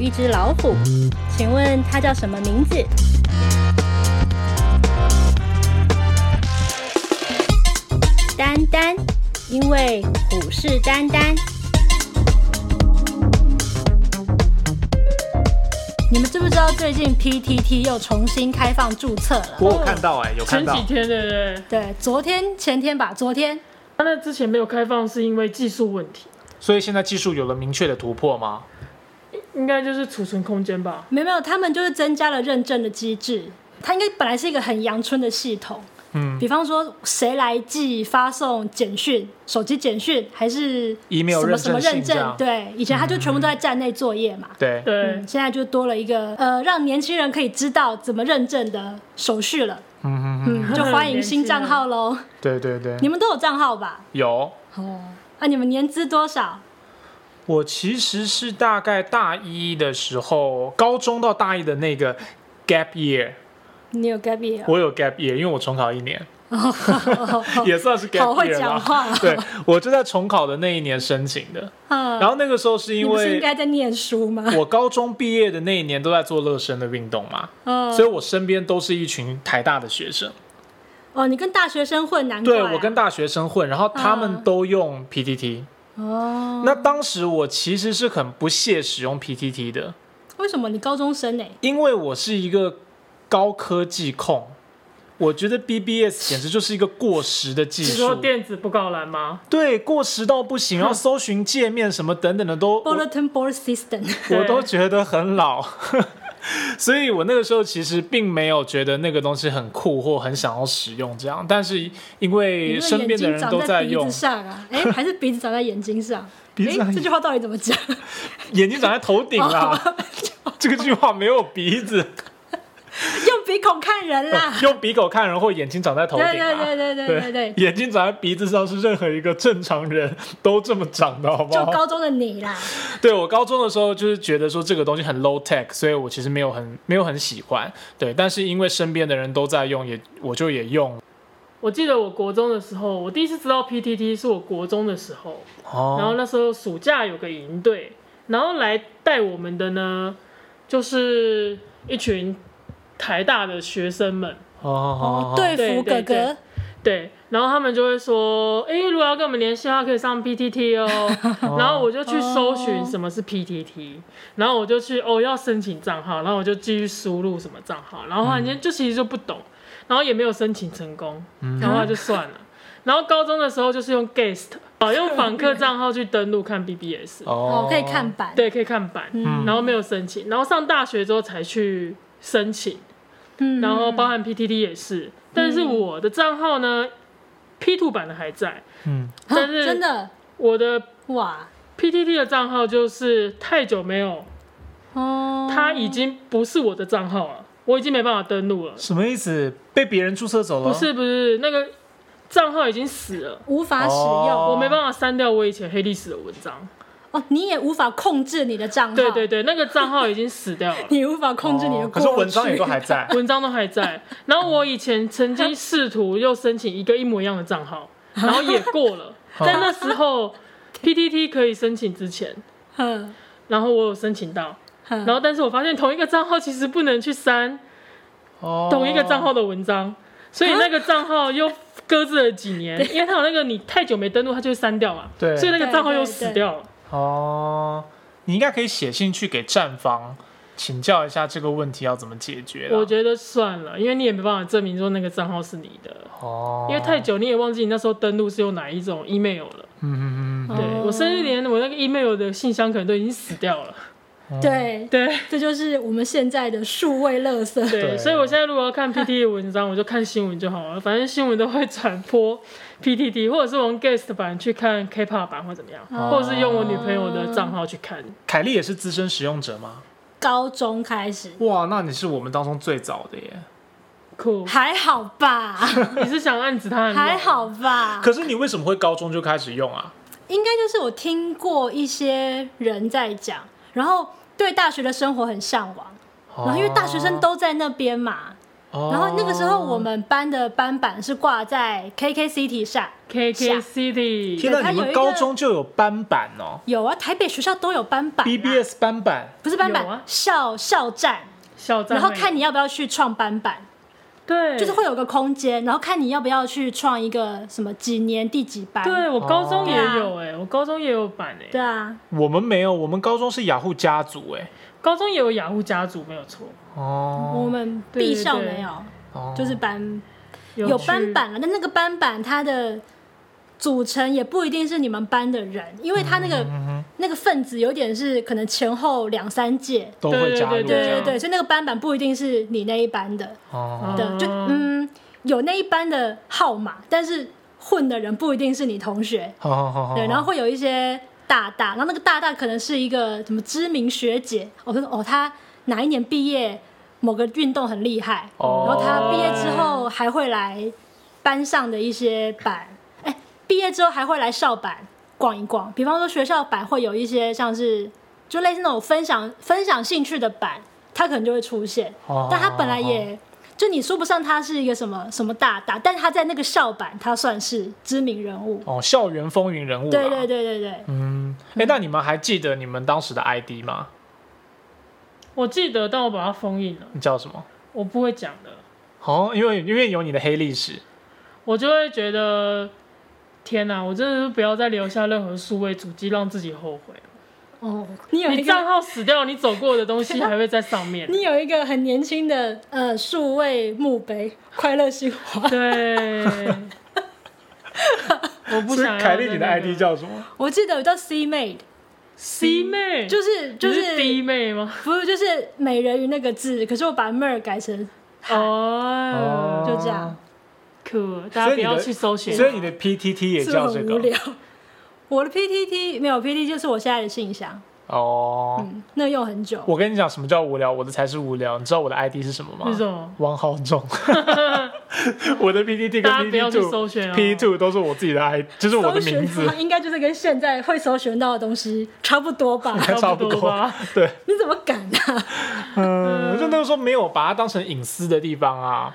一只老虎，请问它叫什么名字？丹丹，因为虎视眈眈。你们知不知道最近 PTT 又重新开放注册了？我有看到哎、有看前到几，天对不对？对，昨天前天吧，昨天他那之前没有开放是因为技术问题，所以现在技术有了明确的突破吗？应该就是储存空间吧。没有没有，他们就是增加了认证的机制。它应该本来是一个很阳春的系统，嗯比方说谁来寄发送简讯，手机简讯还是 Email 什么什么认认证信这证样？对，以前它就全部都在站内作业嘛。对，对嗯，，现在就多了一个呃，让年轻人可以知道怎么认证的手续了。嗯嗯嗯，嗯，就欢迎新账号 喽。对对对你，们都有账号吧？有。哦，啊，你们年资多少？我其实是大概大一的时候，高中到大一的那个 gap year，你有哦 Gabi 我有 gap year，因为我重考一年， 也算是 gap 哦好会 year 讲啦。话。对，我就在重考的那一年申请的，嗯，然后那个时候是你因不是应为该在念书吗？我高中毕业的那一年都在做热身的运动嘛，嗯，所以我身边都是一群台大的学生。哦，你跟大学生混难怪对啊、我跟大学生混，然后他们嗯都用 PTT，、哦，那当时我其实是很不屑使用 PTT 的，为什么你高中生呢、欸因为我是一个高科技控，我觉得 BBS 简直就是一个过时的技你说术，电子布告栏吗？对，过时到不行，然后搜寻界面什么等等的都 b u l l e t i n board system，我都觉得很老， 所以我那个时候其实并没有觉得那个东西很酷或很想要使用这样，但是因为你说身边的眼睛人长都在鼻用子，上啊？ 哎、还是鼻子长在眼睛上？鼻哎子长在这句话到底怎么 讲？眼睛长在头 顶哦啦，这个句话没有鼻子，用鼻孔看人啦。用鼻孔看人或眼睛长在头顶对啊，对对对对对对，眼睛长在鼻子上是任何一个正常人都这么长的，好不就好？高中的你啦。对我高中的时候就是觉得说这个东西很 low tech，所以我其实没有很没有很喜欢，对，但是因为身边的人都在用，也我就也用我记得我国中的时候，我第一次知道 PTT 是我国中的时候，哦，然后那时候暑假有个营队，然后来带我们的呢，就是一群台大的学生们，哦哦哦哦，，对对付哥对哥，对，然后他们就会说，哎，如果要跟我们联系的话，可以上 PTT 哦。然后我就去搜寻什么是 PTT，然后我就去哦要申请账号，然后我就继续输入什么账号，然后突然间就其实就不懂，然后也没有申请成功，然后就算了。然后高中的时候就是用 Guest 哦，用访客账号去登录看 BBS，哦，哦可以看版。对，可以看版，然后没有申请，然后上大学之后才去申请，嗯，然后包含 PTT 也是，但是我的账号呢，P two 版的还在，嗯，啊但是真的我的哇 PTT 的账号就是太久没有，哦，它已经不是我的账号了，我已经没办法登录了。什么意思？被别人注册走了？不是不是，那个账号已经死了，无法使哦用我没办法删掉我以前黑历史的文章。哦，你也无法控制你的账号，对对，对，那个账号已经死掉 。了。你无法控制你的过哦可去。是文章也都还在 文章都还在。然后我以前曾经试图又申请一个一模一样的账号，然后也过了，在那时候 PTT 可以申请之前，嗯，然后我有申请到，然然后但是我发现同一个账号其实不能去删哦，同一个账号的文章，所以那个账号又搁置了几年，因为它有那个你太久没登录，它就会删掉嘛，对所以那个账号又哦对死对对掉了。哦，你应该可以写信去给站方请教一下这个问题要怎么解决啊啊啦。我觉得算了，因为你也没办法证明说那个账号是你的，哦，因为太久你也忘记你那时候登录是用哪一种 email 了。嗯嗯嗯嗯，哦对我甚至连我那个 email 的信箱可能都已经死掉了。对，对这就是我们现在的数位垃圾。对，所以我现在如果要看 PTT 的文章，我就看新闻就好了，反正新闻都会转播 PTT，或者是我用 Guest 版去看 K-pop 版或怎么样，哦或者是用我女朋友的账号去看。凯莉也是资深使用者吗？高中开始哇，那你是我们当中最早的耶。酷，还好吧，你是想暗指他很老还？好吧，可是你为什么会高中就开始用啊？应该就是我听过一些人在讲，然后对大学的生活很向往，然后因为大学生都在那边嘛，哦然后那个时候我们班的班板是挂在 KKCT 上， KK 下 City，天哪，它你有们一高个中就有班板哦有啊，台北学校都有班板啊、 ，BBS 班板，不是班板，有啊校校站，小站然妹，后看你要不要去创班板，对，就是会有个空间，然后看你要不要去创一个什么几年第几班。对我高中也哦有哎、我高中也有版哎、对啊，我们没有，我们高中是雅虎家族哎，高中也有雅虎家族没有错，我哦，们对对必校对没有，哦就是班有有去班板了，但那个班板它的组成也不一定是你们班的人，因为它那个、嗯那个分子有点是可能前后两三届，都会加入对对这对样对，所以那个班板不一定是你那一班的哦，的，就哦嗯有那一班的号码，但是混的人不一定是你同学，好好好好，对，然后会有一些大大，然后那个大大可能是一个什么知名学姐，我说哦，她哪一年毕业，某个运动很厉害，哦然后她毕业之后还会来班上的一些板，哎，毕业之后还会来校板逛一逛，比方说学校板会有一些像是就类似那种分享分享兴趣的板，她可能就会出现，哦但她本来也。就你说不上她是一个什么什么大大，但她在那个校板，她算是知名人物。哦，校园风云人物，对对，对对对，嗯，哎，那你们还记得你们当时的 ID 吗？我记得，但我把它封印了，你叫什么？我不会讲的，哦，因为因为有你的黑历史，我就会觉得天哪、我真的是不要再留下任何数位主机，让自己后悔。哦，你 有一你账个号死掉，你走过的东西还会在 上面。你有一个很年轻的呃数位墓碑，快乐新华。对，我不所以想要、那凯莉，你的个 ID 叫什么？ 我记得有叫 C Made， C 妹，就是就你是是 D 妹 吗？不是就是美人鱼那个字，可是我把 mer 改成哦，就这样，可大家不要去搜寻，啊所以你的 PTT 也是不叫是这很无个聊。 我的 PTT 没有 PTT 就是我现在的信箱，哦。嗯，那个用很久。我跟你讲，什么叫无聊？我的才是无聊。你知道我的 ID 是什么吗？是什么？王浩中，我的 PPT 跟大家不要 PPT 去 two、搜寻哦 P two 都是我自己的 ID，就是我的搜名寻字它，应该就是跟现在会搜寻到的东西差不多吧？ 差不多多吧。对，你怎么敢啊？嗯，就那个时候没有把它当成隐私的地方啊。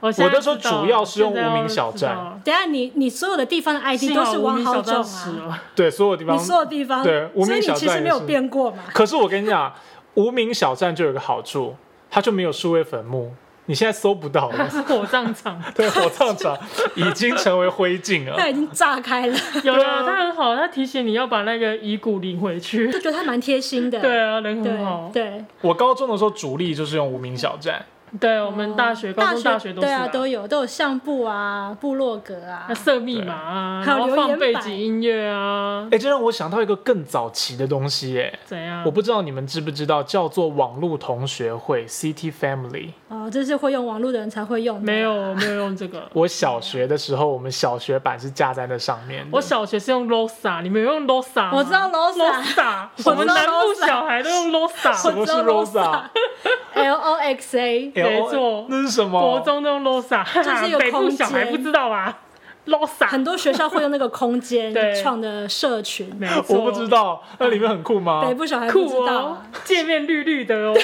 我现在我那时候知道主要是用现在要无名小站知道了等一下你你所有的地方的 ID 哎都是王好好总死啊，了，对，所有地方你。所有地方，哦对无名所以你小其站实也没有是哦变过嘛。 可是我跟你讲，啊无名小站就有个好处，它就没有数位坟墓，你现在搜不到它 了。哦是火葬场。对，火葬场已经成为灰烬了。那已经炸开 了， 有对啊了，它很好，它提醒你要把那个遗骨领回去就。觉得他蛮贴心的。对啊，人很好啊对。对，我高中的时候主力就是用无名小站，对，我们大学、高中、大学都是对啊，啊都有都有相簿啊、部落格啊那。设密码啊，对然后还有留言放背板景音乐啊哎、，这让我想到一个更早期的东西，哎，怎样？我不知道你们知不知道，叫做网络同学会 （CT Family）。哦，这是会用网络的人才会用的。没有，我没有用这个。我小学的时候，我们小学版是架在那上面的。我小学是用 Losa，你们有用 Losa 吗我知道 Losa Losa，我知道我们南部 Losa 小孩都用 Losa。什么是我知道 Rosa？ ，L O X A， L- 没错哎那是什么？国中都用 Losa，哈就哈是有北部空间小孩不知道吧？Losa，很多学校会用那个空间对创的社群，没错，我不知道，那里面很酷吗北？部小孩不酷知道哦啊。， 界面绿绿的 哦，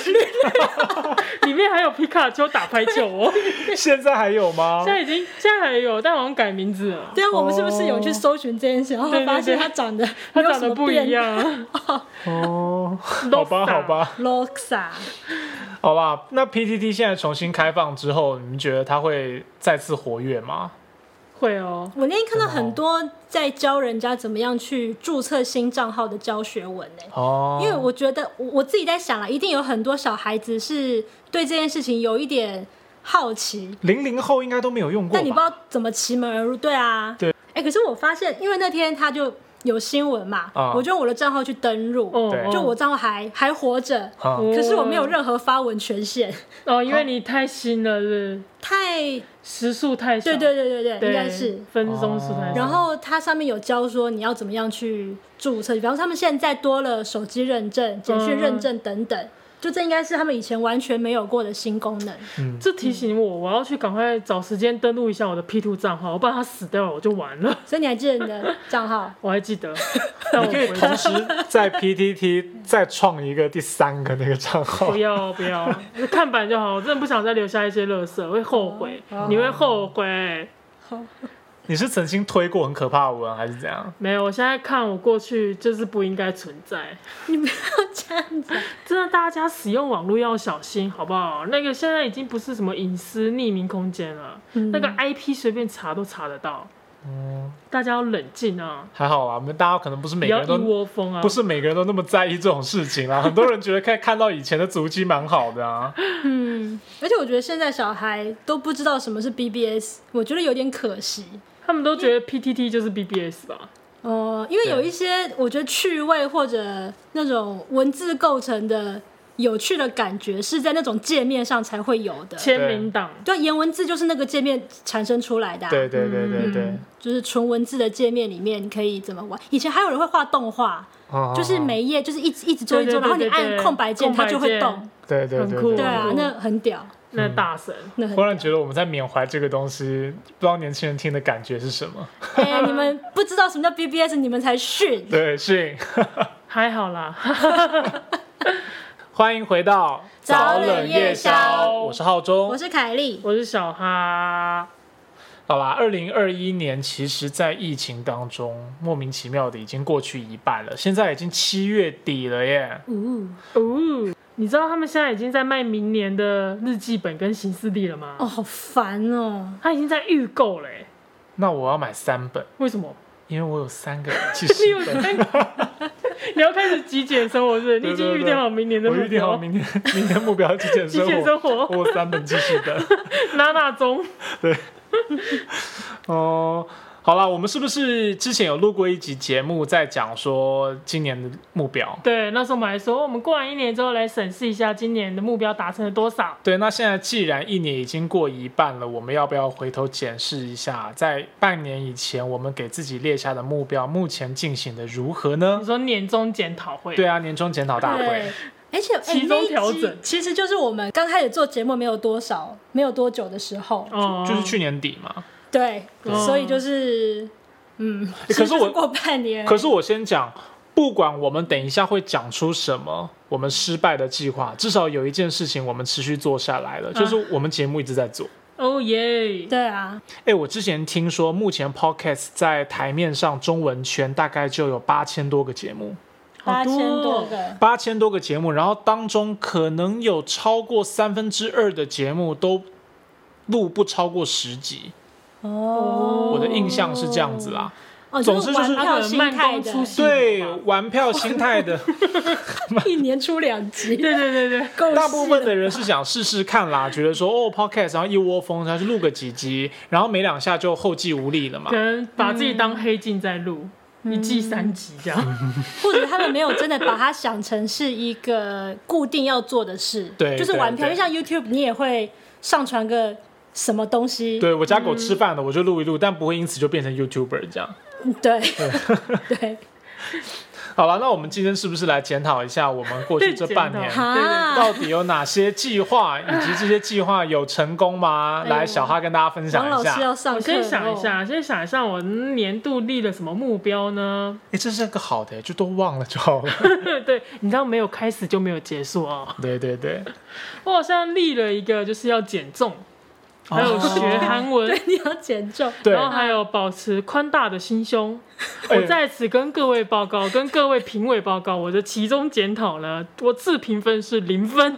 里面还有皮卡丘打排球哦，现在还有吗现？在已经现在还有，但好像改名字了，对啊，我们是不是有去搜寻这件事，然后哦对对发现对它长 得它没有长什得么不变一样啊。哦，好 Rosa 吧，好吧， ？Loxa，好吧。那 PTT 现在重新开放之后，你们觉得它会再次活跃吗？会哦，我那天看到很多在教人家怎么样去注册新账号的教学文呢、哦，因为我觉得我我自己在想了，一定有很多小孩子是对这件事情有一点好奇，零零后应该都没有用过吧？但你不知道怎么奇门而入。对啊，对。哎、可是我发现，因为那天他就有新闻嘛，啊我就用我的账号去登录，哦对，就我账号还还活着，啊哦可是我没有任何发文权限，哦，因为你太新了，是太不是时速太少，对对对对对，对，应该是。哦分钟速哦太少。然后它上面有教说你要怎么样去注册，比方说他们现在多了手机认证、简讯认证等等，就这应该是他们以前完全没有过的新功能。嗯，这提醒我，我要去赶快找时间登录一下我的 P two 账号，不然它死掉了我就完 了。所以你还记得你的账号？我还记得，但我你可以不会同时在 PTT 再创一个第三个那个账号 不。要不要，看板就好。我真的不想再留下一些垃圾，我会后悔，哦你会后悔。你是曾经推过很可怕的文还是怎样？没有，我现在看我过去就是不应该存在。 你不要这样子，真的，大家使用网络要小心，好不好？那个现在已经不是什么隐私匿名空间了，嗯那个 IP 随便查都查得到。大家要冷静啊，还好啦，我们大家可能不是不嗯每个要人一都窝蜂啊。不是每个人都那么在意这种事情啦。很多人觉得看看到以前的足迹蛮好的 啊，嗯，而且我觉得现在小孩都不知道什么是 BBS，我觉得有点可惜。他们都觉得 PTT 就是 BBS 吧？呃，因为对有一些我觉得趣味或者那种文字构成的有趣的感觉，是在那种界面上才会有的。签名档，对啊，颜文字就是那个界面产生出来的、啊。对对对对对，就是纯文字的界面里面，你可以怎么玩？以前还有人会画动画，哦就是每一页就是一直一直做一直做，然对对对后你对对按空白键，空白它就会键动。对对很对酷对对啊，嗯那很屌，那大神。那很忽屌。然觉得我们在缅怀这个东西，不知道年轻人听的感觉是什么。哎、你们不知道什么叫 BBS，你们才逊。对，是还好啦， 欢迎回到早冷夜宵我是浩中，我是凯莉，我是小哈，好啦，二零二一年其实，在疫情当中，莫名其妙的已经过去一半了，现在已经七月底了耶。呜、哦，你知道他们现在已经在卖明年的日记本跟行事历了吗？哦，好烦哦！他已经在预购了耶，那我要买三本，为什么？ 因为我有三个其你实有本，三个，你要开始极简生活是不是？你已经预定好明年的我目预定好标，明天明天目标极简极生简活，生活，我有三本记事本。娜娜中，哦、好啦，我们是不是之前有录过一集节目，在讲说今年的目标？ 对，那时候我们还说，我们过完一年之后来审视一下今年的目标达成了多少。对，那现在既然一年已经过一半了，我们要不要回头检视一下，在半年以前我们给自己列下的目标，目前进行的如何呢你？说年终检讨会，对啊，年终检讨大会对，，而且哎其中那一集调整其实就是我们刚开始做节目没有多少，没有多久的时候，哦，就是去年底嘛。对，哦所以就是嗯，欸可是我就过半年，可是我先讲，不管我们等一下会讲出什么，我们失败的计划，至少有一件事情我们持续做下来了，就是我们节目一直在做。哦耶，对啊，哎、我之前听说，目前 Podcast 在台面上中文圈大概就有八千多个节目，八好千多多哦个，八千多个节目，然后当中可能有超过三分之二的节目都录不超过十集，哦，我的印象是这样子啦。哦，总之就是玩票心态呃慢工出的，细对，玩票心态的 一年出两集，对对对对，够大部细分了的人是想试试看啦，觉得说哦 Podcast，然后一窝蜂，然后去录个几集，然后没两下就后继无力了嘛可。能把自己当黑镜在录，嗯一季三集这样。 或者他们没有真的把它想成是一个固定要做的事，对就是玩票。对就像 YouTube，你也会上传个什么东西，对我家狗吃饭了，我就录一录，但不会因此就变成 YouTuber 这样。嗯对 对，好了，那我们今天是不是来检讨一下我们过去这半年对检讨哈 到，底有哪些计划，以及这些计划有成功吗？ 哎呦来，小哈跟大家分王享老一师下。要上我课，哦先想一，下，先想一下我年度立了什么目标呢？哎，这是个好的，就都忘了就好 了。对，你知道没有开始就没有结束啊、对对对，我好像立了一个，就是要减重，还有学韩 文。对，你要减重，哦对然，后还有保持宽大的心胸，哎我在此跟各位报告，跟各位评委报告，我的其中检讨呢，我自评分是零分。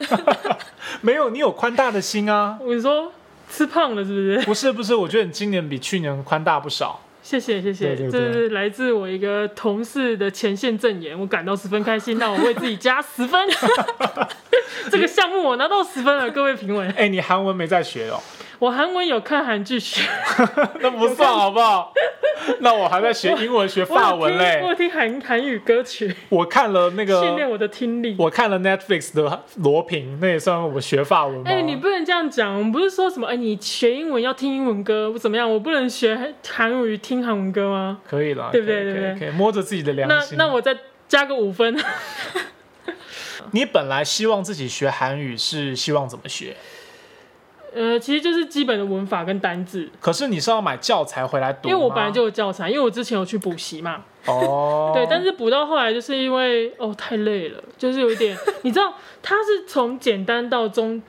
没有你有宽大的心啊。我说吃胖了是不是？不是不是，我觉得你今年比去年宽大不少。谢谢谢谢，对对对这是来自我一个同事的前线证言，我感到十分开心。那我为自己加十分， 这个项目我拿到十分了，各位评委。哎，你韩文没在学哦？我韩文有看韩剧学，那不算好不好？那我还在学英文、学我有法文听嘞我。有听韩韩语歌曲，我看了那训练个，我的听力。我看了 Netflix 的罗平，那也算我学法文吗？哎、你不能这样讲，我们不是说什么哎、你学英文要听英文歌怎么样？我不能学韩语听韩文歌吗？可以了，对不对可以对不对可以可以摸着自己的良那心。那我再加个五分。你本来希望自己学韩语是希望怎么学？ 呃，其实就是基本的文法跟单字，可是你是要买教材回来读因吗？为我本来就有教材，因为我之前有去补习嘛，哦， 对，但是补到后来就是因为哦太累了，就是有一点，你知道它是从简单到中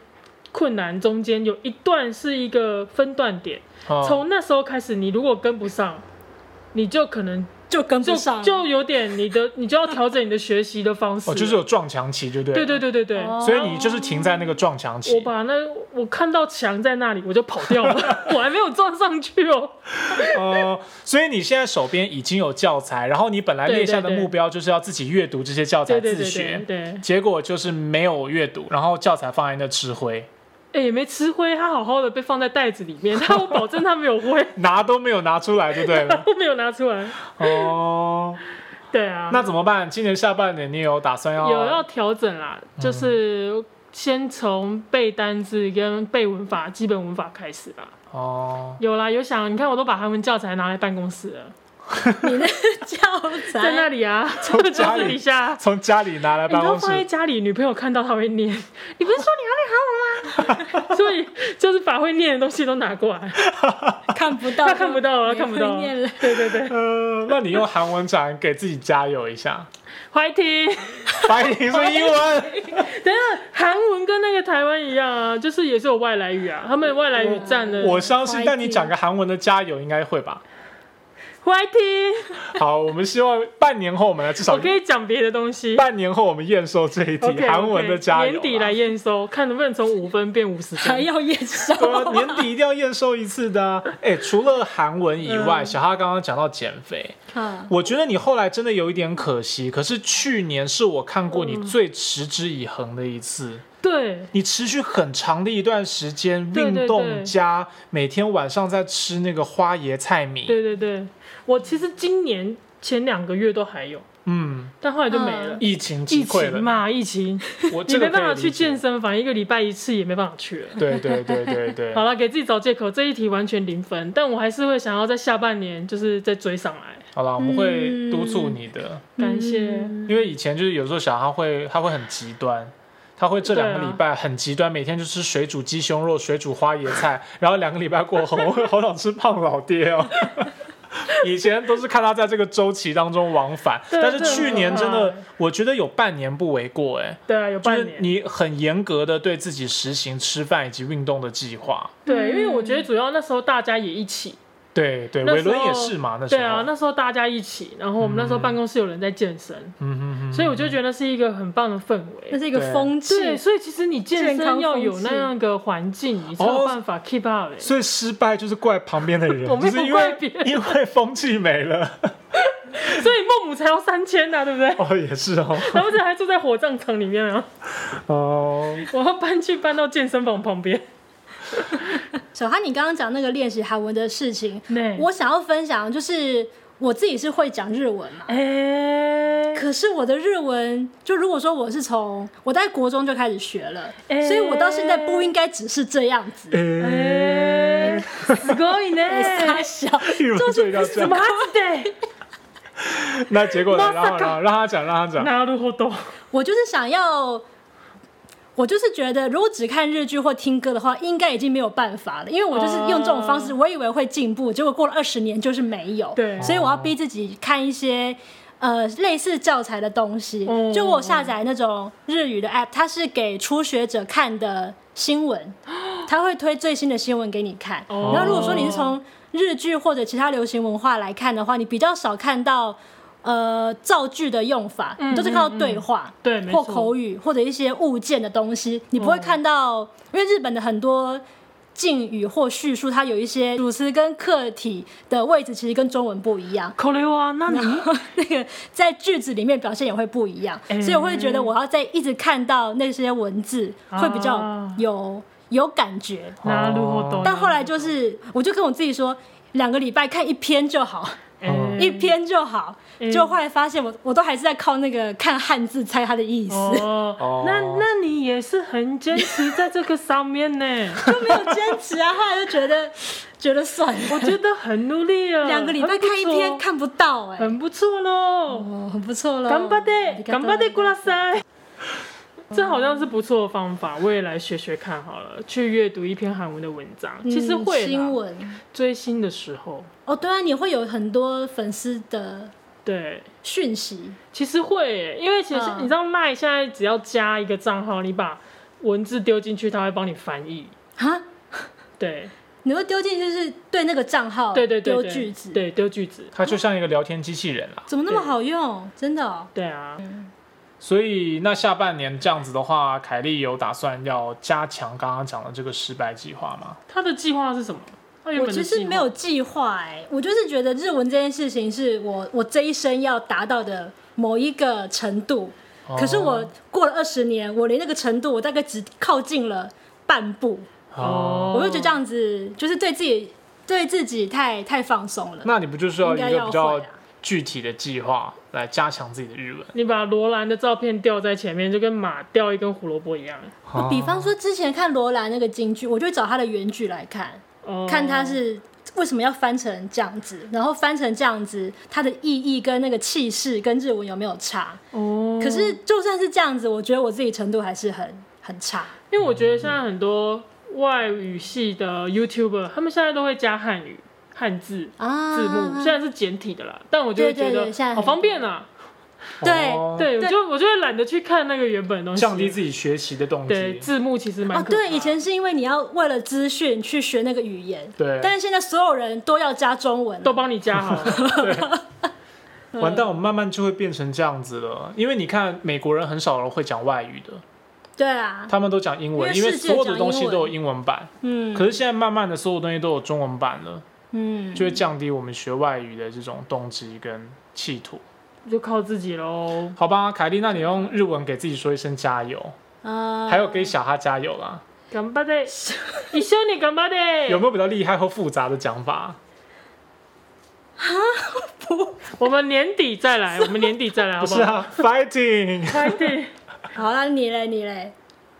困难中间有一段是一个分段点，嗯从那时候开始，你如果跟不上，你就可能就跟就不上了，就有点你的，你就要调整你的学习的方式，哦就是有撞墙期，对不对？对对对对对。哦所以你就是停在那个撞墙期我。把那我看到墙在那里，我就跑掉了， 我还没有撞上去哦。呃，所以你现在手边已经有教材，然后你本来列下的对对对目标就是要自己阅读这些教材对对自对学对，对，结果就是没有阅读，然后教材放在那吃灰，哎，也没吃灰，它好好的被放在袋子里面，但我保证它没有灰， 拿都没有拿出来，对不对？都没有拿出来。哦，对啊，那怎哦么办？今年下半年你有打算要有要调整啦，嗯就是先从背单字跟背文法、基本文法开始吧。哦，有啦，有想，你看我都把韩文教材拿来办公室了，你那个教在那材，里啊，桌家 里子底下。从家里拿来哎你办都公放在室，家里，女朋友看到她会 念。你不是说你要练韩文吗？ 所以就是把会念的东西都拿过来。看不到，他看不到啊就看不到啊没会念了对对对，呃，那你用韩文讲给自己加油一下，怀婷，白你说英文，等一下韩文跟那个台湾一样啊，就是也是有外来语啊，他们外来语占了。我相信，白但你讲个韩文的加油应该会吧？怀婷，好，我们希望半年后我们来至少我可以讲别的东西。半年后我们验收这一题 OK，韩文的加油啊，年底来验收，看能不能从五分变五十还分。要验收，对啊， 年底一定要验收一次的、啊。哎、除了韩文以嗯外，小哈刚刚讲到减肥，嗯我觉得你后来真的有一点可惜。可是去年是我看过嗯你最持之以恒的一次，对，你持续很长的一段时间对对对运动加每天晚上在吃那个花椰菜米，对对对，我其实今年前两个月都还有，嗯，但后来就没了。疫情击疫溃情了，嘛，疫情，我你这没个办可以法理去解健。身房，一个礼拜一次也没办法去了。对对对对对 好，了，给自己找借口，这一题完全零分，但我还是会想要在下半年就是再追上来。好了，我们会督嗯促你的。感谢，嗯因为以前就是有时候小孩会他会很极端，他会这两个对啊礼拜很极端，每天就吃水煮鸡胸肉、水煮花椰菜，然后两个礼拜过后，我会好想吃胖老爹哦。 以前都是看他在这个周期当中往返，对但是去年真这很的可怕，我觉得有半年不为过哎。对啊，有就半是年。你很严格的对自己实行吃饭以及运动的计划，对，因嗯为我觉得主要那时候大家也一起，对对，那伟时候伦也是嘛，那时对候，啊，那时候大家一起，然后我们那时候办公室有人在健身，嗯哼哼，所以我就觉得是一个很棒的氛那围。是一个对风对，气，所以其实你健健康身风要有气那样的环境，你才哦有办法 keep up 欸。所以失败就是怪旁边的人，我没就有是因怪为别人因为风气没了。欸所以孟母才要三千呐、对不对？ 哦，也是哦，然后这还住在火葬场里面啊！哦，我要搬去搬到健身房旁边。小哈，你刚刚讲那个练习韩文的事情，对 我想要分享，就是我自己是会讲日文嘛，哎可是我的日文，就如果说我是从我在国中就开始学了，哎所以我到现在不应该只是这样子。哎，すごい傻ね。小，语文最要这什么样。的？那结果呢？ま然后さか呢？让他讲，让他讲。 なるほど。我就是想要，我就是觉得，如果只看日剧或听歌的话，应该已经没有办法了，因为我就是用这种方式，哦我以为会进步，结果过了二十年就是没有。对所以我要逼自己看一些。呃，类似教材的东西，哦就我下载那种日语的 app，它是给初学者看的新 闻，它会推最新的新闻给你看。哦然后如果说你是从日剧或者其他流行文化来看的话，你比较少看到呃造句的用法，嗯你都是看到对话。对，没或错。嗯口语或者一些物件的东西，你不会看到，因为日本的很多敬语或叙述，它有一些主词跟客体的位置其实跟中文不一 样。嗯これは何？那个在句子里面表现也会不一样，嗯所以我会觉得我要在一直看到那些文字，啊会比较有有感觉。なるほど。但后来就是，我就跟我自己说，两个礼拜看一篇就好，哎一篇就好。嗯就后来发现我，我都还是在靠那个看汉字猜它的意思。哦哦，那那你也是很坚持在这个上 面呢，就没有坚持啊，后来就觉得 觉得算我了，觉得很努力啊，两个礼拜看一篇看不到哎、很不错，很不错喽。哦，很不错了，嗯干巴的，ありがとう干巴的，过来塞。这好像是不错的方法，我也来学学看好了。去阅读一篇韩文的文章，其实嗯会啦新闻追星的时候，哦，对啊，你会有很多粉丝的对，讯息，其实会耶，因为其实嗯你知道赖现在只要加一个账号，你把文字丢进去，它会帮你翻译。哈，对你会丢进去是对那个账号对对对，哦丢对句子，对丢句子，它就像一个聊天机器人啦。怎么那么好用？真的哦，对啊，所以那下半年这样子的话，凯莉有打算要加强刚刚讲的这个失败计划吗？他的计划是什么？他原我本的其计实划没有计划哎，我就是觉得日文这件事情是我我这一生要达到的某一个程度，可哦是我过了二十年，我连那个程度我大概只靠近了半步，哦，哦，我就觉得这样子就是对自己对自己太太放松了，那你不就是要应一该个要比会较啊。具体的计划来加强自己的日文？你把罗兰的照片吊在前面，就跟马吊一根胡萝卜一样。哦比方说之前看罗兰那个京剧，我就找他的原剧来看，哦看他是为什么要翻成这样子，然后翻成这样子，它的意义跟那个气势跟日文有没有差？哦，可是就算是这样子，我觉得我自己程度还是很很差。因为我觉得现在很多外语系的 YouTuber，他们现在都会加汉语汉字啊字幕，虽然是简体的啦，但我就会觉对对得对现在很好方便啊。对哦对，我对就我就会懒得去看那个原本的东西，降低自己学习的动对机。字幕其实蛮哦，可怕对，以前是因为你要为了资讯去学那个语言，对，但是现在所有人都要加中文了，都帮你加好 了，完蛋，我们慢慢就会变成这样子了。因为你看，美国人很少人会讲外语的，对啊，他们都讲英文，因因为为世界所有的东讲西英文都有英文版。嗯可是现在慢慢的，所有东西都有中文版了，嗯，就会降低我们学外语的这种动机跟企图。就靠自己喽。好吧，凯莉，那你用日文给自己说一声加油，呃，还有给小哈加油啦。干巴 的，一緒に干巴的，有没有比较厉害或复杂的讲法？我们年底再 来，我们年底再来，好不不是好？啊，fighting。快点，好啦，你嘞，你嘞，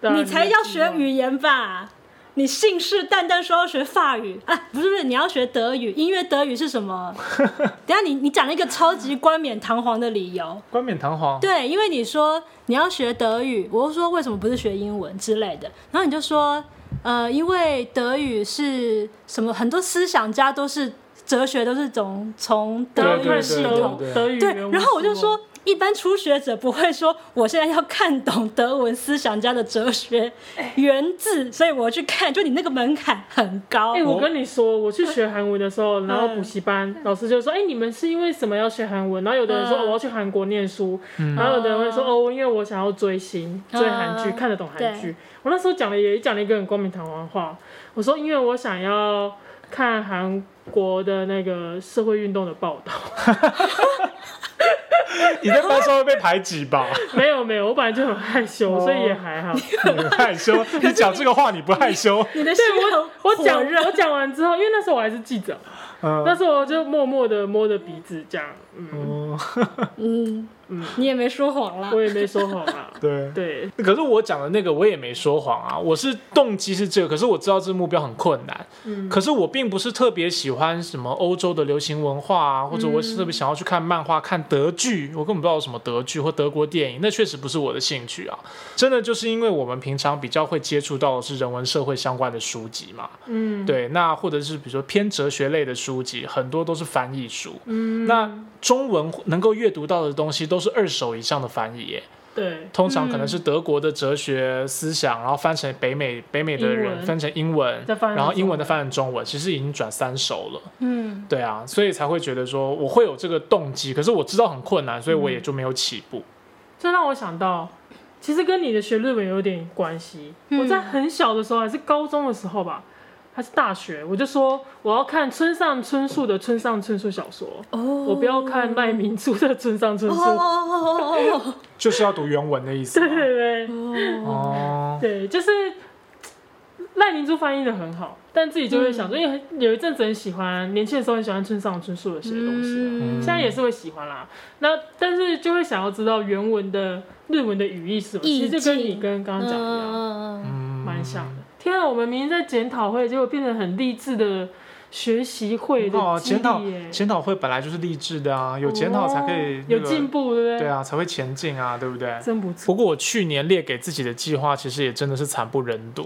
对啊你才要学语言吧？你信誓旦旦说要学法语啊？不是不是，你要学德语，音乐德语是什 么？等一下你你讲了一个超级冠冕堂皇的理由，冠冕堂皇。对，因为你说你要学德语，我就说为什么不是学英文之类的，然后你就说，呃，因为德语是什么？很多思想家都是哲学都是从从德德对语对语系对统德德语对原文，然后我就书哦说，一般初学者不会说我现在要看懂德文思想家的哲学哎原字，所以我去看，就你那个门槛很高。哎、我跟你说，我去学韩文的时候，然后嗯补习班老师就说：“哎、你们是因为什么要学韩文？”然后有的人说：“嗯哦我要去韩国念书。”然后有的人会说：“哦，因为我想要追星，嗯追韩剧，看得懂韩剧。”我那时候讲了也讲了一个很冠冕堂皇的话，我说：“因为我想要看韩国的那个社会运动的报道。 你在班上会被排挤吧？”没有没有，我本来就很害哦羞，所以也还 好。你很害羞，你讲这个话你不害羞？你的心对我我很讲火热哦我讲完之后，因为那时候我还是记者，那嗯，时候我就默默的摸着鼻子这样，嗯，嗯嗯嗯，你也没说谎啦我。也没说谎啊。对。对，可是我讲的那个我也没说谎啊，我是动机是这个，可是我知道这目标很困难。嗯可是我并不是特别喜欢什么欧洲的流行文化啊，或者我是特嗯别想要去看漫画、看德剧，我根本不知道有什么德剧或德国电影，那确实不是我的兴趣啊。真的就是因为我们平常比较会接触到的是人文社会相关的书籍嘛，嗯，对，那或者是比如说偏哲学类的书籍，很多都是翻译书。嗯，那中文能够阅读到的东西都是二手以上的翻译耶，对，通常可能嗯是德国的哲学思想，然后翻成北美北美的英人文翻成英文，再翻成然后英文的中翻成中文，其实已经转三手了。嗯，对啊，所以才会觉得说我会有这个动机，可是我知道很困难，所以我也就没有起步。嗯这让我想到，其实跟你的学日文有点关系。嗯我在很小的时候，还是高中的时候吧，还是大学，我就说我要看村上春树的村上春树小说，哦，我不要看赖明珠的村上春哦树。哦哦哦就是要读原文的意思 对嘛。对对哦哦，哦，对，就是赖明珠翻译的很好，但自己就会嗯想说，因为有一阵子很喜欢，年轻的时候很喜欢村上春树的写的东西啊、嗯现在也是会喜欢啦。那但是就会想要知道原文的日文的语义是什么，意境其嗯实就跟你跟刚刚讲的一样，嗯，嗯蛮像的。天啊，我们明明在检讨会，结果变成很励志的学习会很好的啊，激检讨励耶。哦检讨会本来就是励志的啊，有检讨才可以、那有个进步，对不对？对啊，才会前进啊，对不对？真不错。不过我去年列给自己的计划，其实也真的是惨不忍睹，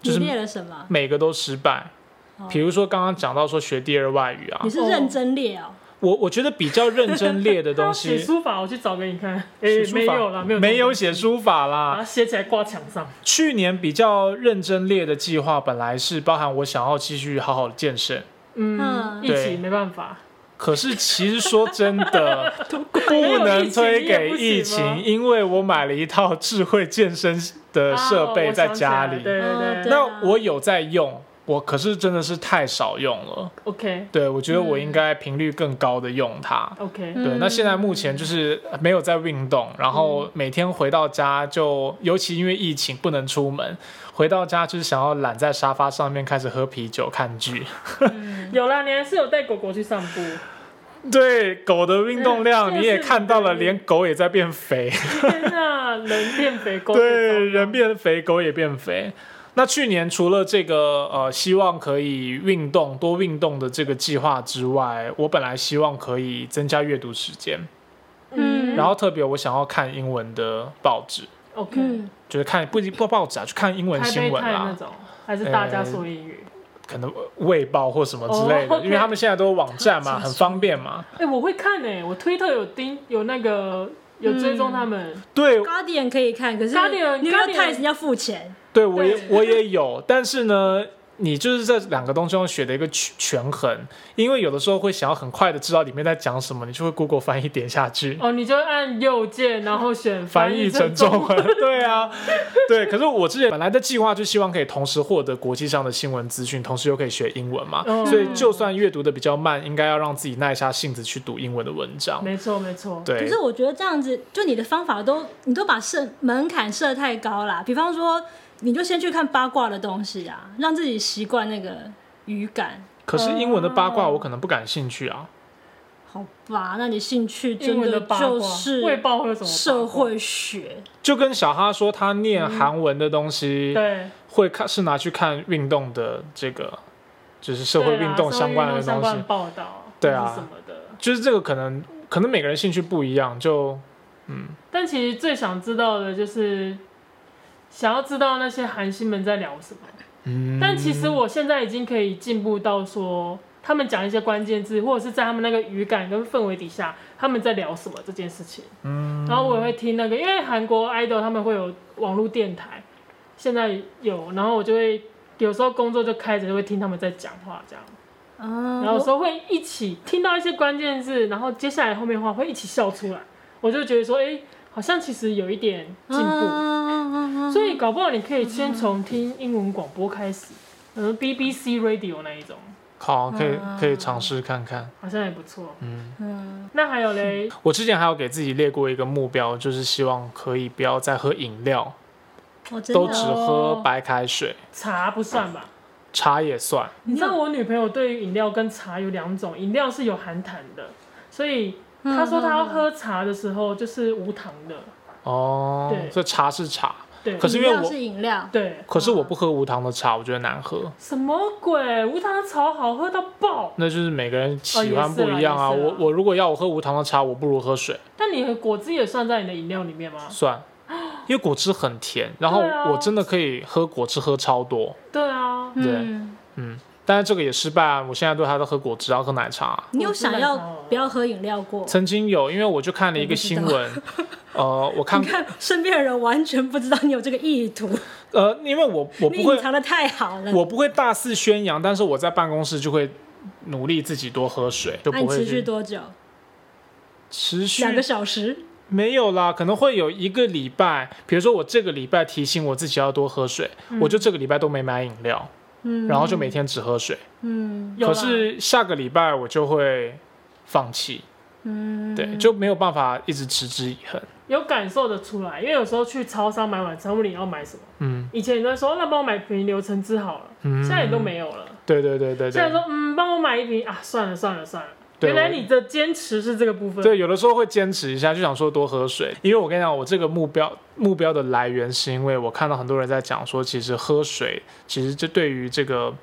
就你是列了什么？每个都失败哦。比如说刚刚讲到说学第二外语啊你，是认真列哦？我我觉得比较认真列的东 他要西，写书法，我去找给你看。哎写，书没法有啦，没有，啊没有，写书法把啦。它写起来挂墙上。去年比较认真列的计划，本来是包含我想要继续好好健身，嗯，嗯一对起没办法。可是其实说真的， 不能推给疫情，因为我买了一套智慧健身的设备在家啊我想里起。来对对嗯对对那我有在用，我可是真的是太少用了。 ，OK 对，我觉得我应该频率更高的用它。 OK，嗯对，那现在目前就是没有在运动，然后每天回到家就，尤其因为疫情不能出门，回到家就是想要懒在沙发上面开始喝啤酒看剧。有啦，你还是有带狗狗去散步。 对，狗的运动量嗯你也这是看到了，对连狗也在变肥。天啊，人变肥，狗 对，人变变肥，狗也变肥。那去年除了这个呃，希望可以运动、多运动的这个计划之外，我本来希望可以增加阅读时间，糟糕，嗯，然后特别我想要看英文的报纸， OK，嗯，就是看不一定不报纸啊，去看英文台新北闻泰那啦，种，还是大家说英语。可能呃卫报或什么之类的，哦，OK 因为他们现在都有网站 嘛，很方便嘛。哎、我会看哎、我推特有盯有那个有追踪他们，嗯对 Guardian 可以看，可是 Guardian- New York Guardian- Times 要付钱。对，我也对我也有，但是呢。你就是这两个东西中学的一个权权衡，因为有的时候会想要很快的知道里面在讲什么，你就会 Google 翻译点下去，哦，你就按右键，然后选翻译译成中中文。 对啊，对。可是我之前本来的计划就希望可以同时获得国际上的新闻资讯，同时又可以学英文嘛。嗯所以就算阅读的比较慢，应该要让自己耐下性子去读英文的文章。没错没错，可对是，我觉得这样子，就你的方法都，你都把设门槛设太高啦。比方说，你就先去看八卦的东西啊，让自己习惯那个语感，可是英文的八嗯卦我可能不感兴趣啊。好吧？那你兴趣英真文的八卦，就汇是报会有什么八卦社会学，就跟小哈说他念韩文的东西，嗯对会看是拿去看运动的这个，就是社会对啦啊运动相关的社会东运动相关西的，报道，对啊或是什么的。就是这个可能可能每个人兴趣不一样，就但其实最想知道的就是，想要知道那些韩星们在聊什么。嗯。但其实我现在已经可以进步到说，他们讲一些关键字，或者是在他们那个语感跟氛围底下，他们在聊什么这件事情。嗯，然后我也会听那个，因为韩国 idol 他们会有网络电台，现在有，然后我就会有时候工作就开着就会听他们在讲话这样，嗯，然后有我时候会一起听到一些关键字，然后接下来后面的话会一起笑出来，我就觉得说，哎、好像其实有一点进步。嗯所以搞不好你可以先从听英文广播开始，嗯，BBC Radio 那一种，好，可以嗯可以尝试看看。好像也不错。嗯，嗯，那还有嘞，我之前还有给自己列过一个目标，就是希望可以不要再喝饮料，我真都的只哦喝白开水，茶不算吧？茶也算。嗯你知道我女朋友对于饮料跟茶有两种，饮料是有含糖的，所以她说她要喝茶的时候就是无糖的，哦，对所以茶是茶，对可是因为饮料我是饮料，对，可是我不喝无糖的茶，我觉得难喝。什么鬼？无糖的茶好喝到爆，那就是每个人喜也欢是不啦一样啊。也是我啦我如果要我喝无糖的茶，我不如喝水。但你的果汁也算在你的饮料里面吗？算，因为果汁很甜，然后对啊我真的可以喝果汁喝超多，对啊，对嗯，嗯，但是这个也失败啊，我现在对他都喝果汁，然后喝奶茶啊、你有想要我知道不要喝饮料 过？曾经有，因为我就看了一个新闻，呃，我看你看身边的人完全不知道你有这个意图，呃，因为我你我不隐会藏的太好了。我不会大肆宣扬，但是我在办公室就会努力自己多喝水，就那不你会持去续多久？持续两个小时？没有啦，可能会有一个礼拜，比如说我这个礼拜提醒我自己要多喝水，嗯我就这个礼拜都没买饮料，嗯然后就每天只喝水。嗯有啦可是下个礼拜我就会放弃，嗯，对，就没有办法一直持之以恒。有感受的出来，因为有时候去超商买晚餐，问你要买什么。嗯，以前你都会说，那帮我买瓶流橙汁好了，嗯现在也都没有了。对对对对现在对说，嗯，帮我买一瓶啊，算了算了算了，对原来我你的坚持是这个部分。对，有的时候会坚持一下，就想说多喝水，因为我跟你讲，我这个目标目标的来源是因为我看到很多人在讲说，其实喝水其实这对于这个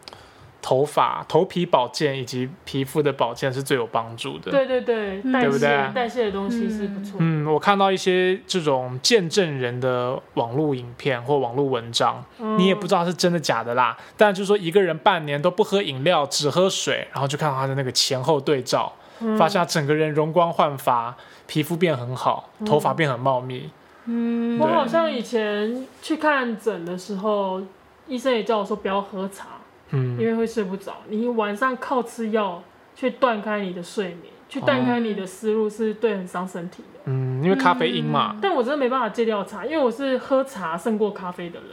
头发、头皮保健以及皮肤的保健是最有帮助的。对对对，嗯代对不谢对代谢的东西是不错。嗯，我看到一些这种见证人的网络影片或网络文章，嗯你也不知道是真的假的啦。但就是说，一个人半年都不喝饮料，只喝水，然后就看到他的那个前后对照，嗯发现他整个人容光焕发，皮肤变很好，嗯头发变很茂密。嗯我对好像以前去看诊的时候，医生也叫我说不要喝茶，嗯，因为会睡不着。你晚上靠吃药去断开你的睡眠，去断哦开你的思路，是对很伤身体的。嗯，因为咖啡因嘛，但我真的没办法戒掉茶，因为我是喝茶胜过咖啡的人。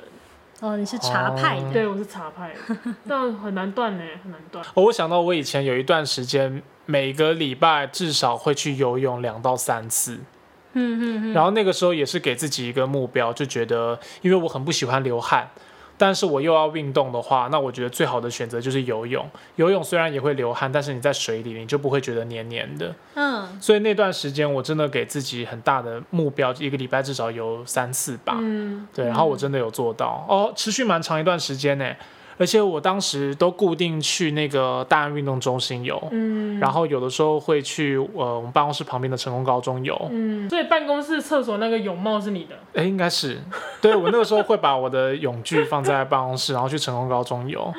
哦，你是茶派嗯的，对，我是茶派的，但很难断呢，很难 断。哦我想到我以前有一段时间，每个礼拜至少会去游泳两到三次，嗯嗯嗯，然后那个时候也是给自己一个目标，就觉得因为我很不喜欢流汗。但是我又要运动的话，那我觉得最好的选择就是游泳。游泳虽然也会流汗，但是你在水里，你就不会觉得黏黏的。嗯所以那段时间，我真的给自己很大的目标，一个礼拜至少游三次吧。嗯，对，然后我真的有做到哦，持续蛮长一段时间呢，而且我当时都固定去那个大安运动中心游，嗯，然后有的时候会去呃我们办公室旁边的成功高中游，嗯，所以办公室厕所那个泳帽是你的，哎、应该是，对我那个时候会把我的泳具放在办公室，然后去成功高中游。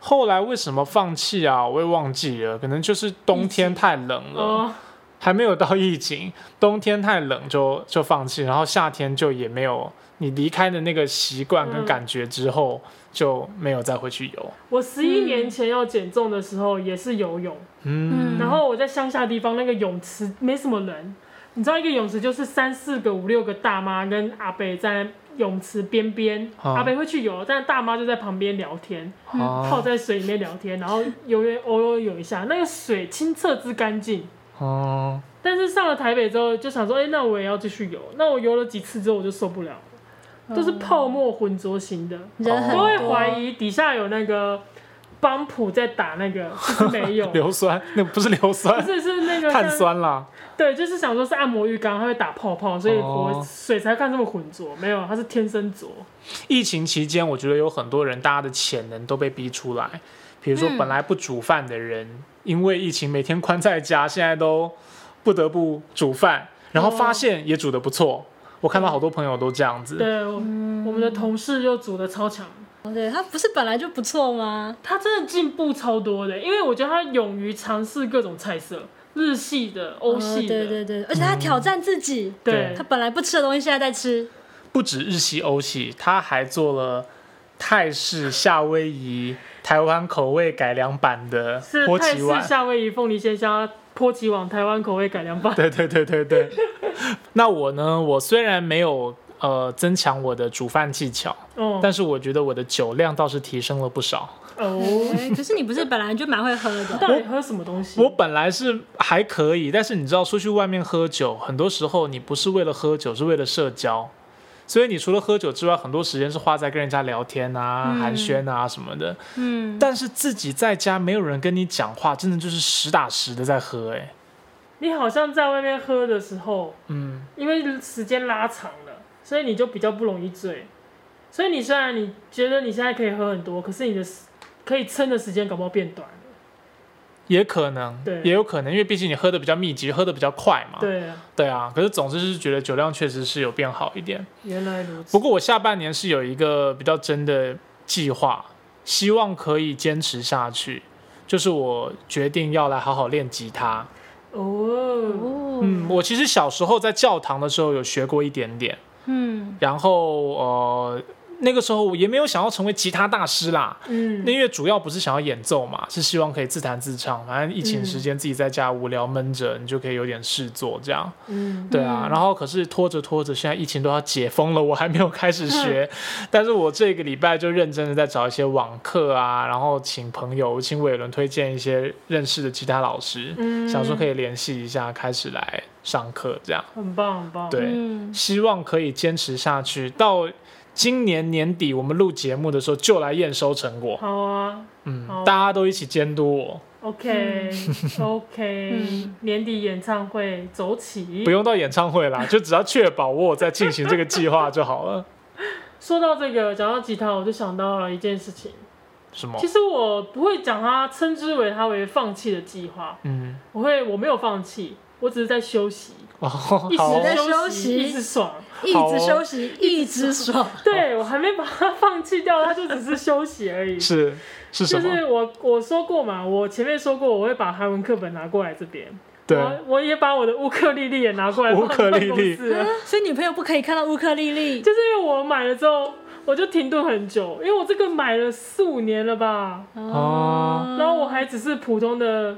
后来为什么放弃啊？我也忘记了，可能就是冬天太冷了，哦，还没有到疫情，冬天太冷就就放弃，然后夏天就也没有你离开的那个习惯嗯跟感觉之后、就没有再回去游。我十一年前要减重的时候也是游泳，嗯，嗯，然后我在乡下地方那个泳池没什么人，你知道一个泳池就是三四个、五六个大妈跟阿伯在泳池边边，哦阿伯会去游，但大妈就在旁边聊天，嗯泡哦、在水里面聊天，然后游游偶尔游一下，那个水清澈之干净。哦，，但是上了台北之后，就想说，哎、那我也要继续游。那我游了几次之后，我就受不了了，都是泡沫浑浊型的，人嗯很都多，会怀疑底下有那个帮浦在打 那个，其实没有硫酸那不是硫不酸，是是那个像碳酸啦。对，就是想说是按摩浴缸，它会打泡泡，所以我哦水才看这么浑浊。没有，它是天生浊。疫情期间，我觉得有很多人大家的潜能都被逼出来，比如说嗯本来不煮饭的人，因为疫情每天关在家，现在都不得不煮饭，然后发现也煮得不错。我看到好多朋友都这样子，对，我嗯我们的同事就煮的超强，哦对他不是本来就不错吗？他真的进步超多的，因为我觉得他勇于尝试各种菜色，日系的、欧哦系的，对对对，而且他挑战自己，对他本来不吃的东西现在在 吃，不止日系、欧系，他还做了泰式、夏威夷、台湾口味改良版的是波泰奇式碗。夏威夷凤梨鲜虾、波奇网台湾口味改良版。对对对对对。那我呢？我虽然没有呃增强我的煮饭技巧，哦但是我觉得我的酒量倒是提升了不少。哦，哎可是你不是本来就蛮会喝的，到底喝什么东西？我本来是还可以，但是你知道，出去外面喝酒，很多时候你不是为了喝酒，是为了社交。所以你除了喝酒之外，很多时间是花在跟人家聊天啊、嗯寒暄啊什么的。 嗯，但是自己在家没有人跟你讲话，真的就是实打实的在喝、欸。你好像在外面喝的时候，嗯，因为时间拉长了，所以你就比较不容易醉。所以你虽然你觉得你现在可以喝很多，可是你的时可以撑的时间搞不好变短了。也可能对，也有可能，因为毕竟你喝的比较密集，喝的比较快嘛。，对啊，啊。可是总之是觉得酒量确实是有变好一点。原来如此不。过我下半年是有一个比较真的计划，希望可以坚持下去。就是我决定要来好好练吉他。哦，哦，嗯，我其实小时候在教堂的时候有学过一点点，嗯然后呃那个时候我也没有想要成为吉他大师啦，嗯那，因为主要不是想要演奏嘛，是希望可以自弹自唱。反正疫情时间自己在家无聊闷着，你就可以有点事做这样。嗯，对啊，然后可是拖着拖着，现在疫情都要解封了，我还没有开始 学。但是我这个礼拜就认真的在找一些网课啊，然后请朋友、请伟伦推荐一些认识的吉他老师，嗯想说可以联系一下，开始来上课这样。很棒，很棒。对嗯，希望可以坚持下去，到今年年底我们录节目的时候就来验收成果。好啊，嗯好，大家都一起监督我。 OK 嗯 OK，嗯年底演唱会走起不。用到演唱会啦，就只要确保我有在进行这个计划就好了。说到这个，讲到吉他，我就想到了一件事情。什么其？实我不会讲它，称之为它为放弃的计划。嗯，我会，我没有放弃，我只是在休息，哦，一好直在哦，休休息，息一直爽。一好哦直休息，一直 爽。对我还没把它放弃掉，它就只是休息而 已。是是什就么？是我我说过嘛，我前面说过，我会把韩文课本拿过来这边。对，我我也把我的乌克丽丽也拿过来乌放克在丽丽办公室了。 所以女朋友不可以看到乌克丽丽，就是因为我买了之后，我就停顿很久，因为我这个买了四五年了吧，哦然后我还只是普通的，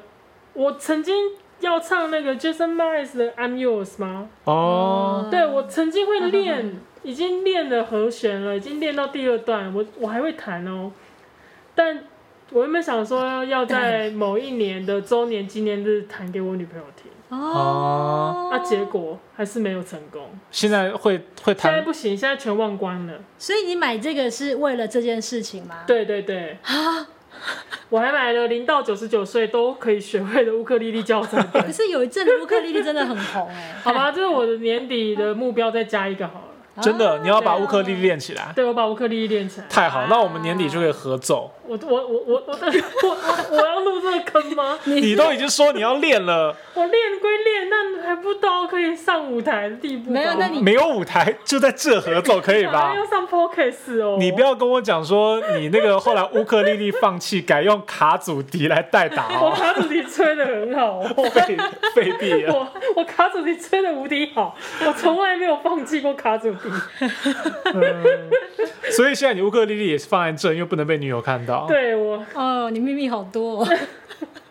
我曾经要唱那个 Jason Mraz 的 I'm Yours 吗？哦，对我曾经会嗯嗯练，已经练了和弦了，已经练到第二段，我我还会弹哦，但。我原本想说 要在某一年的周年纪念日弹给我女朋友听，哦啊，结果还是没有成功。现在会会现在弹不行，现在全忘光了。所以你买这个是为了这件事情吗？，对对对，啊我还买了零到九十九岁都可以学会的乌克丽丽教程。可是有一阵子乌克丽丽真的很红哎、 好吧，这是我的年底的目标，再加一个好了。真的，啊你要把乌克丽丽练起来，对，我把乌克丽丽练起来。太好，那我们年底就可以合奏。 我我我我我 我我我要入这个坑吗？你都已经说你要练了，我练归练，但还不到可以上舞台的地步吧。没有那你没有舞台就在这合奏，可以吧 还？要上 podcast 哦。你不要跟我讲说你那个后来乌克丽丽放弃改用卡祖笛来代打我哦，卡主题吹的很 好哦。费费力了。我我卡主题吹的无敌好，我从来没有放弃过卡主题。所以现在你乌克丽丽也是放在这，因为不能被女友看到。，对我 哦，你秘密好多、 哦，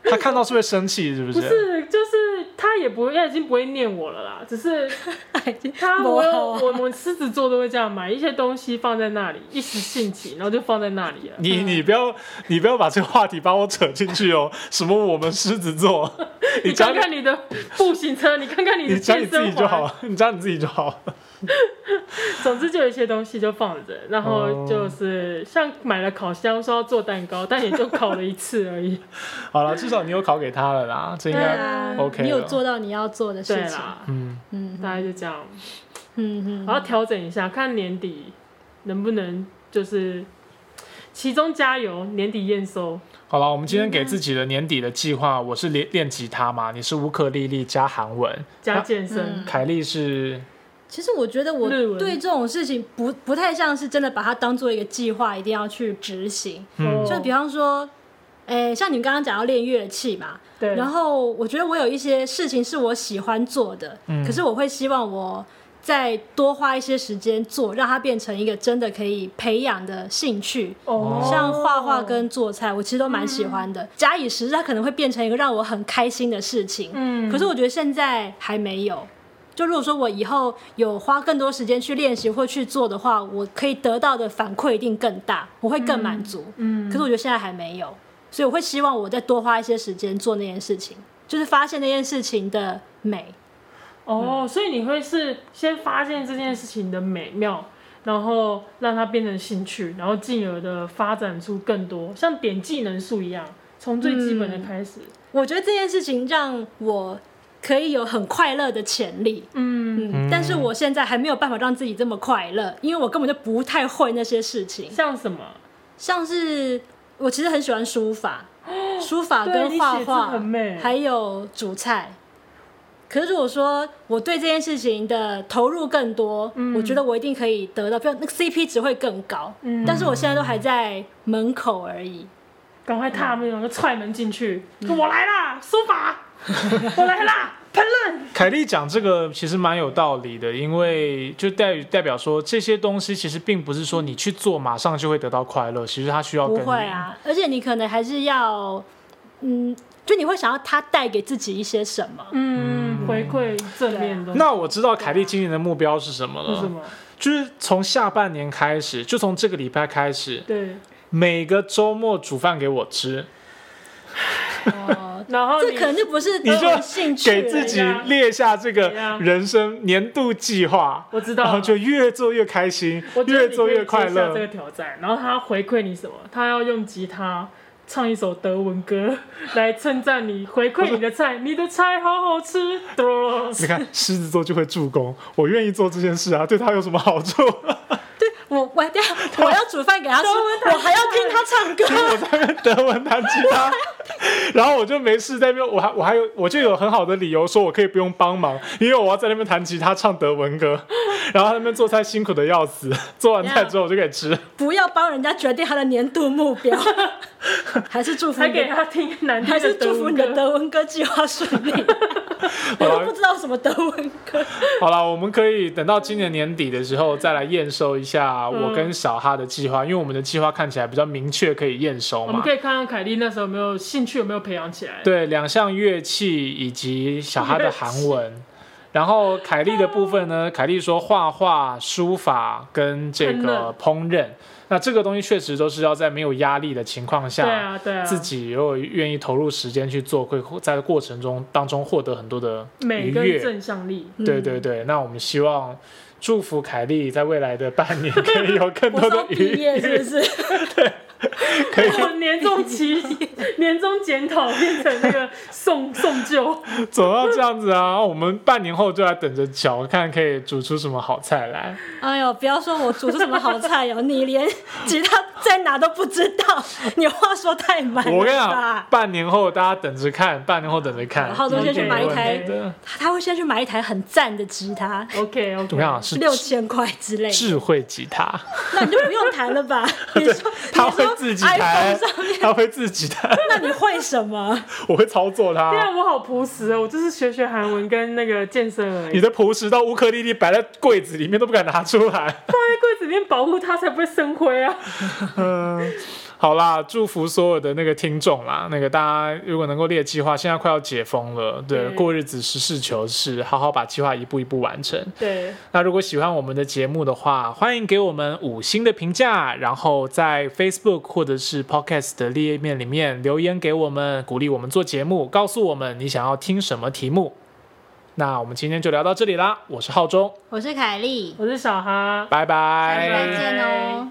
她看到是会生气，是不不是？是，就是他也不会，他已经不会念我了啦。只是 他，我有啊我们狮子座都会这样买一些东西放在那里，一时兴起，然后就放在那里了。你你不要你不要把这个话题把我扯进去哦。 什么我们狮子座，你你讲看你看你的步行车，你看看你的你讲你健自己身就好环，了， 你讲你自己就好了。总之就有一些东西就放着，然后哦就是像买了烤箱，说要做蛋糕，但也就烤了一次 而已。好了，至少你有考给她了啦，这应对该啊 OK 你有了做到你要做的事对情，啦，嗯嗯大概就这样。嗯我要嗯，调整一下，看年底能不能就是其中加油，年底验收。好了，我们今天给自己的年底的计划，我是练练吉他嘛，你是乌克丽丽加韩文，加健身，嗯凯莉是其实我觉得我日文对这种事情不不太像是真的把它当做一个计划，一定要去执行。嗯哦就比方说，诶，像你们刚刚讲要练乐器嘛，对，然后我觉得我有一些事情是我喜欢做的，嗯可是我会希望我再多花一些时间做，让它变成一个真的可以培养的兴趣。哦像画画跟做菜，我其实都蛮喜欢嗯的。假以时日，它可能会变成一个让我很开心的事情。嗯，可是我觉得现在还没有。就如果说我以后有花更多时间去练习或去做的话，我可以得到的反馈一定更大，我会更满足。嗯，可是我觉得现在还没有，所以我会希望我再多花一些时间做那件事情，就是发现那件事情的美。哦，所以你会是先发现这件事情的美妙。然后让它变成兴趣，然后进而的发展出更多，像点技能树一样，从最基本的开始。我觉得这件事情让我可以有很快乐的潜力，嗯，嗯，但是我现在还没有办法让自己这么快乐，因为我根本就不太会那些事情，像什么？像是我其实很喜欢书法，书法对跟你画写字画很美，还有煮菜。可是如果说我对这件事情的投入更多，我觉得我一定可以得到，比如那个 CP 值会更高。嗯但是我现在都还在门口而已。赶快踏门，然后踹门进去，说我来啦，书 法，我来啦，烹饪。凯莉讲这个其实蛮有道理的，因为就代代表说这些东西其实并不是说你去做马上就会得到快乐，其实它需要不哦跟会啊，而且你可能还是要，嗯，就你会想要它带给自己一些什么。嗯，啊回馈正面的东西。那我知道凯莉今年的目标是什么为什了，么？就是从下半年开始，就从这个礼拜开始，对，每个周末煮饭给我吃，哦，然后这你可能就不是你就种兴趣了给自己呀列下这个对呀人生年度计划，我知道，然后就越做越开心我，觉得越你做可以越快接下这个 乐。挑战，然后他回馈你什么？他要用吉他唱一首德文歌来称赞你，回馈你的菜，你的菜好好吃。咚你看狮子座就会助攻，我愿意做这件事啊，对他有什么好处？对我，我 等一下我要煮饭给他吃，我还要听他唱歌。我在那边德文弹吉他，然后我就没事在那边，我还我还有我就有很好的理由说我可以不用帮忙，因为我要在那边弹吉他唱德文歌，然后他那边做菜辛苦的要死，做完菜之后我就可以吃。不要帮人家决定他的年度目 标，还是祝福还你给的，他听难听还的是德祝福文你的歌。德文歌计划顺利。我都不知道什么德文歌，好了，我们可以等到今年年底的时候再来验收一下嗯我跟小哈的计划，因为我们的计划看起来比较明确，可以验收我们嘛可。以看看凯莉那时候有没有兴趣，有没有培养起来。对，啊两项乐器以及小哈的韩 文。然后凯莉的部分呢，凯莉说画画、书法跟这个烹饪，那这个东西确实都是要在没有压力的情况下，对啊，对啊，自己如果愿意投入时间去做，会在过程中当中获得很多的愉美跟悦。正向力。嗯对对对，那我们希望祝福凯莉在未来的半年可以有更我是多要的毕愉 业是不悦，是？可以我 年终期年终检讨变成那个送送旧，总要这样子啊！我们半年后就来等着瞧，看可以煮出什么好菜来。哎呦，不要说我煮出什么好菜哦，你连吉他在哪都不知道，你话说太满了吧？我跟你讲，半年后大家等着看，半年后等着看。浩中先去买一台一定没问题的他他会先去买一台很赞的吉他， OK 怎 OK，么样？是六千块之类的，智慧吉他，那你就不用弹了 吧？你说他你会说自己 iPhone 弹上面，他会自己弹，那你会什么？我会操作对啊，它。我好朴实哦，我就是学学韩文跟那个健身而已你。的朴实到乌克丽丽摆在柜子里面都不敢拿出来。放在柜子里面保护它才不会生灰啊。嗯，好啦，祝福所有的那个听众啦，那个大家如果能够列计划，现在快要解封了，对，嗯过日子实事求是，好好把计划一步一步完成。对，那如果喜欢我们的节目的话，欢迎给我们五星的评价，然后在 Facebook 或者是 Podcast 的页面里面留言给我们，鼓励我们做节目，告诉我们你想要听什么题目。那我们今天就聊到这里啦，我是浩中，我是凯莉，我是小哈。拜拜。再见哦。